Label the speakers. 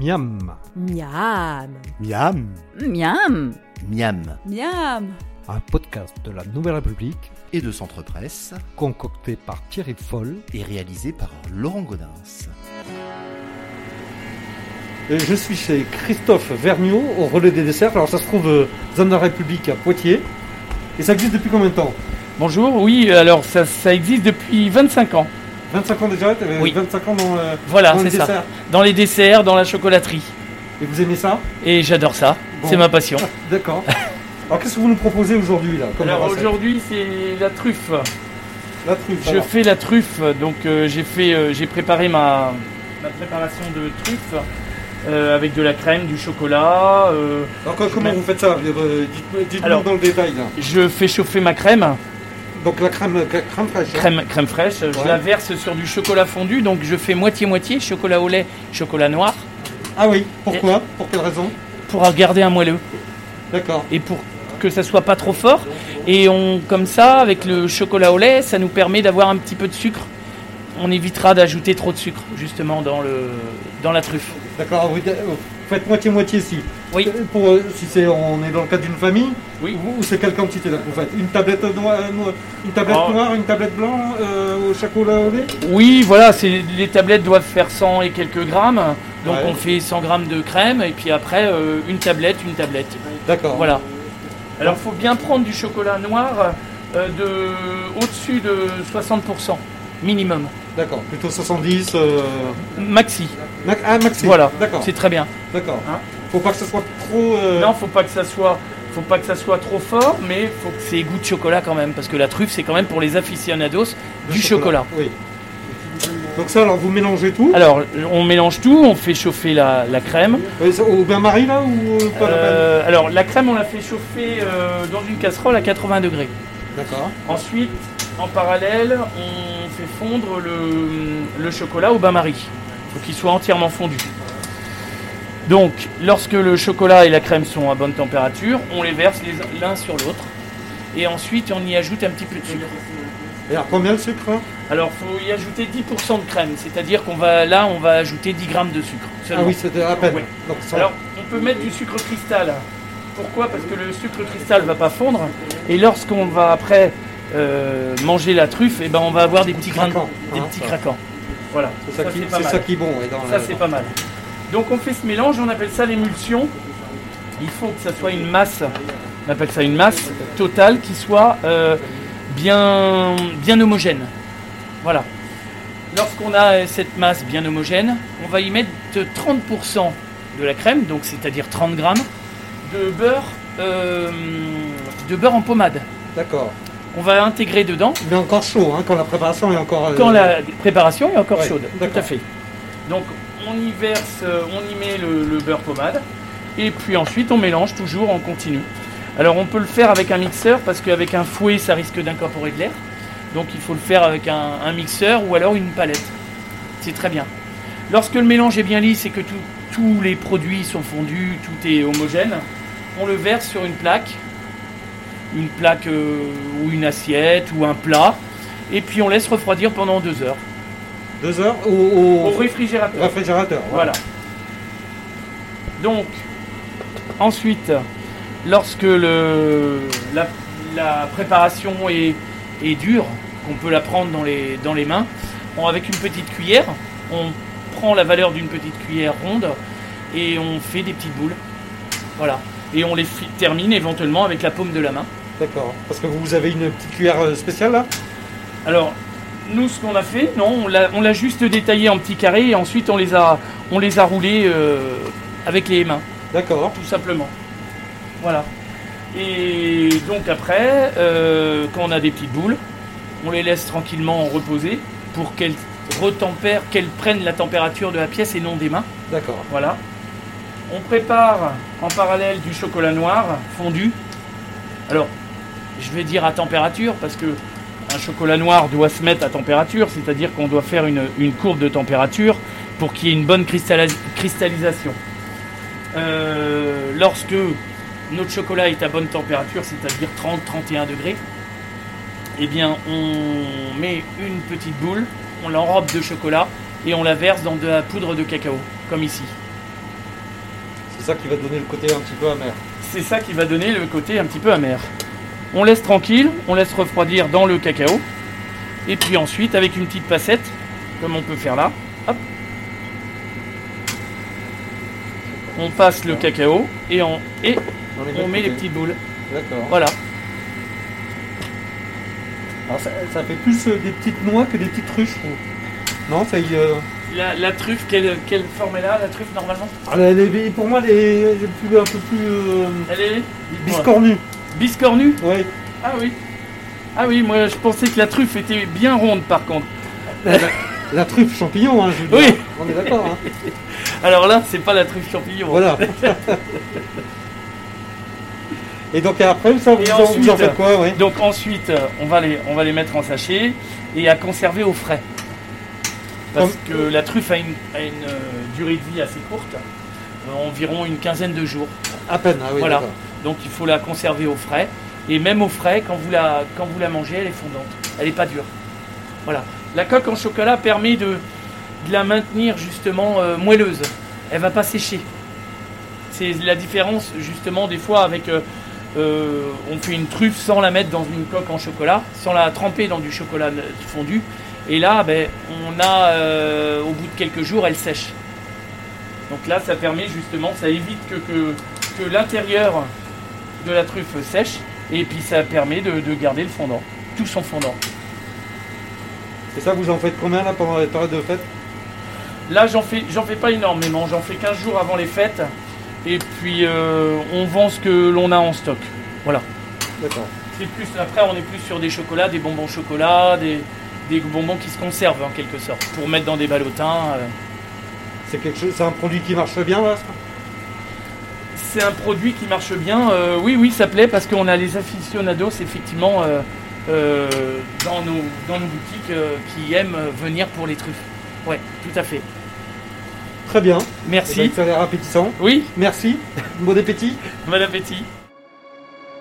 Speaker 1: Miam.
Speaker 2: Miam.
Speaker 3: Miam.
Speaker 4: Miam.
Speaker 5: Miam
Speaker 4: Miam.
Speaker 1: Un podcast de la Nouvelle République
Speaker 5: et de Centre Presse
Speaker 1: concocté par Thierry Foll.
Speaker 5: est réalisé par Laurent Godin.
Speaker 1: Et je suis chez Christophe Vergniaud au relais des desserts. Alors ça se trouve euh, zone de la République à Poitiers. Et ça existe depuis combien de temps
Speaker 6: Bonjour, oui, alors ça, ça existe depuis 25 ans.
Speaker 1: 25 ans déjà T'avais
Speaker 6: Oui.
Speaker 1: 25 ans dans, euh,
Speaker 6: Voilà,
Speaker 1: dans le
Speaker 6: c'est ça.
Speaker 1: dessert.
Speaker 6: Dans les desserts, dans la chocolaterie.
Speaker 1: Et vous aimez ça
Speaker 6: Et j'adore ça,
Speaker 1: Bon.
Speaker 6: c'est ma passion.
Speaker 1: D'accord. Alors qu'est-ce que vous nous proposez aujourd'hui là comme
Speaker 6: Alors
Speaker 1: recette
Speaker 6: aujourd'hui, c'est la truffe.
Speaker 1: La truffe.
Speaker 6: Je
Speaker 1: alors.
Speaker 6: fais la truffe, donc euh, j'ai fait, euh, j'ai préparé ma, ma préparation de truffe euh, avec de la crème, du chocolat. euh,
Speaker 1: Alors co- comment
Speaker 6: je-
Speaker 1: vous faites ça Euh, Dites-nous dites-nous
Speaker 6: Alors.
Speaker 1: dans le détail. là.
Speaker 6: je fais chauffer ma crème,
Speaker 1: Donc la crème, la crème fraîche. hein.
Speaker 6: crème, crème fraîche.
Speaker 1: Ouais.
Speaker 6: Je la verse sur du chocolat fondu, donc je fais moitié-moitié, chocolat au lait, chocolat noir,
Speaker 1: Ah oui, pourquoi Pour quelle raison
Speaker 6: pour garder un moelleux.
Speaker 1: D'accord.
Speaker 6: et pour que ça soit pas trop fort. Et on, comme ça, avec le chocolat au lait, ça nous permet d'avoir un petit peu de sucre. On évitera d'ajouter trop de sucre, justement, dans, le, dans la truffe.
Speaker 1: D'accord, vous, vous faites moitié-moitié si.
Speaker 6: Oui.
Speaker 1: Euh, Pour, euh, si c'est, on est dans le cadre d'une famille,
Speaker 6: Oui.
Speaker 1: ou, ou c'est quelle quantité là que vous faites Une tablette, noire, une tablette
Speaker 6: Oh.
Speaker 1: noire, une tablette blanche euh, au chocolat au lait
Speaker 6: Oui, voilà, c'est- les tablettes doivent faire 100 et quelques grammes. Donc
Speaker 1: Ouais.
Speaker 6: on fait 100 grammes de crème, et puis après, euh, une tablette, une tablette.
Speaker 1: D'accord.
Speaker 6: Voilà. Alors faut bien prendre du chocolat noir euh, de, au-dessus de 60% minimum.
Speaker 1: D'accord. Plutôt 70. euh,
Speaker 6: Maxi,
Speaker 1: mac- ah, maxi.
Speaker 6: voilà,
Speaker 1: D'accord.
Speaker 6: c'est très bien.
Speaker 1: D'accord.
Speaker 6: Hein
Speaker 1: Faut pas que ce soit trop. euh,
Speaker 6: Non, faut pas que ça soit, faut pas que ça soit trop fort, mais faut que c'est goût de chocolat quand même, parce que la truffe c'est quand même pour les aficionados
Speaker 1: de
Speaker 6: du chocolat.
Speaker 1: Oui. Donc ça, alors vous mélangez tout
Speaker 6: Alors, on mélange tout, on fait chauffer la, la crème.
Speaker 1: Euh, c'est Au bain-marie là ou euh, pas la peine
Speaker 6: Euh, alors, la crème, on la fait chauffer euh, dans une casserole à 80 degrés.
Speaker 1: D'accord.
Speaker 6: Ensuite, en parallèle, on fait fondre le, le chocolat au bain-marie. Il faut qu'il soit entièrement fondu. Donc, lorsque le chocolat et la crème sont à bonne température, on les verse les- l'un sur l'autre. Et ensuite, on y ajoute un petit peu de sucre.
Speaker 1: Et alors combien de sucre hein
Speaker 6: Alors, faut y ajouter 10% de crème. C'est-à-dire qu'on va là, on va ajouter 10 grammes de sucre.
Speaker 1: Ah
Speaker 6: seulement.
Speaker 1: oui, c'était à peine.
Speaker 6: Ouais.
Speaker 1: Donc, ça-
Speaker 6: Alors, on peut mettre du sucre cristal. Pourquoi Parce que le sucre cristal va pas fondre. Et lorsqu'on va après euh, manger la truffe, eh ben, on va avoir des petits grains, de-
Speaker 1: craquants,
Speaker 6: des
Speaker 1: hein,
Speaker 6: petits
Speaker 1: ça.
Speaker 6: craquants. Voilà,
Speaker 1: c'est
Speaker 6: ça,
Speaker 1: ça, qui-
Speaker 6: c'est pas
Speaker 1: c'est ça
Speaker 6: mal.
Speaker 1: qui est bon. ouais, dans
Speaker 6: Ça
Speaker 1: le-
Speaker 6: c'est pas mal. Donc on fait ce mélange, on appelle ça l'émulsion. Il faut que ça soit une masse, on appelle ça une masse totale qui soit euh, bien, bien homogène. Voilà. Lorsqu'on a euh, cette masse bien homogène, on va y mettre 30% de la crème, donc c'est-à-dire 30 grammes de beurre, euh, de beurre en pommade.
Speaker 1: D'accord.
Speaker 6: On va intégrer dedans
Speaker 1: Mais encore chaud, hein, quand la préparation est encore. euh,
Speaker 6: quand la préparation est encore
Speaker 1: Ouais,
Speaker 6: chaude. Tout
Speaker 1: d'accord.
Speaker 6: à fait. Donc on y verse, euh, on y met le, le beurre pommade et puis ensuite on mélange toujours en continu. Alors on peut le faire avec un mixeur parce qu'avec un fouet ça risque d'incorporer de l'air. Donc il faut le faire avec un, un mixeur ou alors une palette. C'est très bien. Lorsque le mélange est bien lisse et que tout- tous les produits sont fondus, tout est homogène, on le verse sur une plaque, une plaque euh, ou une assiette ou un plat, et puis on laisse refroidir pendant deux heures.
Speaker 1: Deux heures au, au-
Speaker 6: Au réfrigérateur.
Speaker 1: réfrigérateur.
Speaker 6: Voilà. Donc, ensuite, lorsque le, la, la préparation est, est dure, qu'on peut la prendre dans les, dans les mains, on- avec une petite cuillère, on prend la valeur d'une petite cuillère ronde et on fait des petites boules. Voilà. Et on les fi- termine éventuellement avec la paume de la main.
Speaker 1: D'accord. Parce que vous avez une petite cuillère euh, spéciale là
Speaker 6: Alors, nous, ce qu'on a fait, non, on l'a on l'a juste détaillé en petits carrés et ensuite on les a, on les a roulés euh, avec les mains,
Speaker 1: D'accord.
Speaker 6: tout simplement. Voilà. Et donc après, euh, quand on a des petites boules, on les laisse tranquillement reposer pour qu'elles retempèrent, qu'elles prennent la température de la pièce et non des mains.
Speaker 1: D'accord.
Speaker 6: Voilà. On prépare en parallèle du chocolat noir fondu. Alors, je vais dire à température parce que un chocolat noir doit se mettre à température, c'est-à-dire qu'on doit faire une, une courbe de température pour qu'il y ait une bonne cristallis- cristallisation. Euh, lorsque notre chocolat est à bonne température, c'est-à-dire 30-31 degrés, eh bien on met une petite boule, on l'enrobe de chocolat et on la verse dans de la poudre de cacao, comme ici.
Speaker 1: ça qui va donner le côté un petit peu amer.
Speaker 6: C'est ça qui va donner le côté un petit peu amer. On laisse tranquille, on laisse refroidir dans le cacao. Et puis ensuite, avec une petite passette, comme on peut faire là, hop, on passe le cacao et on, et
Speaker 1: Dans les
Speaker 6: on
Speaker 1: mêmes
Speaker 6: met les
Speaker 1: côtés.
Speaker 6: petites boules.
Speaker 1: D'accord.
Speaker 6: Voilà.
Speaker 1: Alors ça, ça fait plus euh, des petites noix que des petites truches, je trouve. Non, ça y, euh,
Speaker 6: La, la truffe, quelle, quelle forme est là La truffe, normalement
Speaker 1: elle est- ah, pour moi, elle est, elle est plus- un peu plus euh,
Speaker 6: Elle est Dites-moi.
Speaker 1: biscornue.
Speaker 6: biscornue
Speaker 1: Ouais.
Speaker 6: Ah oui. Ah oui, moi je pensais que la truffe était bien ronde par contre.
Speaker 1: La truffe champignon, hein, je veux
Speaker 6: Oui.
Speaker 1: dire. On est d'accord. hein.
Speaker 6: Alors là, c'est pas la truffe champignon. hein.
Speaker 1: Voilà. Et donc après, ça, vous,
Speaker 6: Et
Speaker 1: en, vous
Speaker 6: ensuite,
Speaker 1: en faites quoi ouais
Speaker 6: Donc ensuite, euh, on va, les, on va les mettre en sachet et à conserver au frais. Parce que la truffe a une, a une, euh, durée de vie assez courte, euh, environ une quinzaine de jours.
Speaker 1: À peine, ah oui,
Speaker 6: voilà.
Speaker 1: d'accord.
Speaker 6: Donc il faut la conserver au frais. Et même au frais, quand vous la, quand vous la mangez, elle est fondante. Elle n'est pas dure. Voilà. La coque en chocolat permet de, de la maintenir justement euh, moelleuse. Elle va pas sécher. C'est la différence justement des fois avec... euh, euh, on fait une truffe sans la mettre dans une coque en chocolat, sans la tremper dans du chocolat euh, fondu. Et là, ben, on a, euh, au bout de quelques jours, elle sèche. Donc là, ça permet justement, ça évite que, que, que l'intérieur de la truffe sèche et puis ça permet de, de garder le fondant, tout son fondant.
Speaker 1: Et ça, vous en faites combien là pendant les périodes de fête
Speaker 6: Là, j'en fais, j'en fais pas énormément, j'en fais 15 jours avant les fêtes et puis euh, on vend ce que l'on a en stock.
Speaker 1: D'accord.
Speaker 6: C'est plus, après, on est plus sur des chocolats, des bonbons chocolat, des, des bonbons qui se conservent en quelque sorte pour mettre dans des ballotins. euh.
Speaker 1: C'est quelque chose, c'est un produit qui marche bien là. ça
Speaker 6: C'est un produit qui marche bien. euh, oui, oui, ça plaît parce qu'on a les aficionados, effectivement, euh, euh, dans, nos, dans nos boutiques euh, qui aiment venir pour les truffes. Ouais, tout à fait.
Speaker 1: Très bien. Eh
Speaker 6: Merci.
Speaker 1: ben, ça a l'air appétissant.
Speaker 6: Oui,
Speaker 1: Merci. bon appétit.
Speaker 6: bon appétit.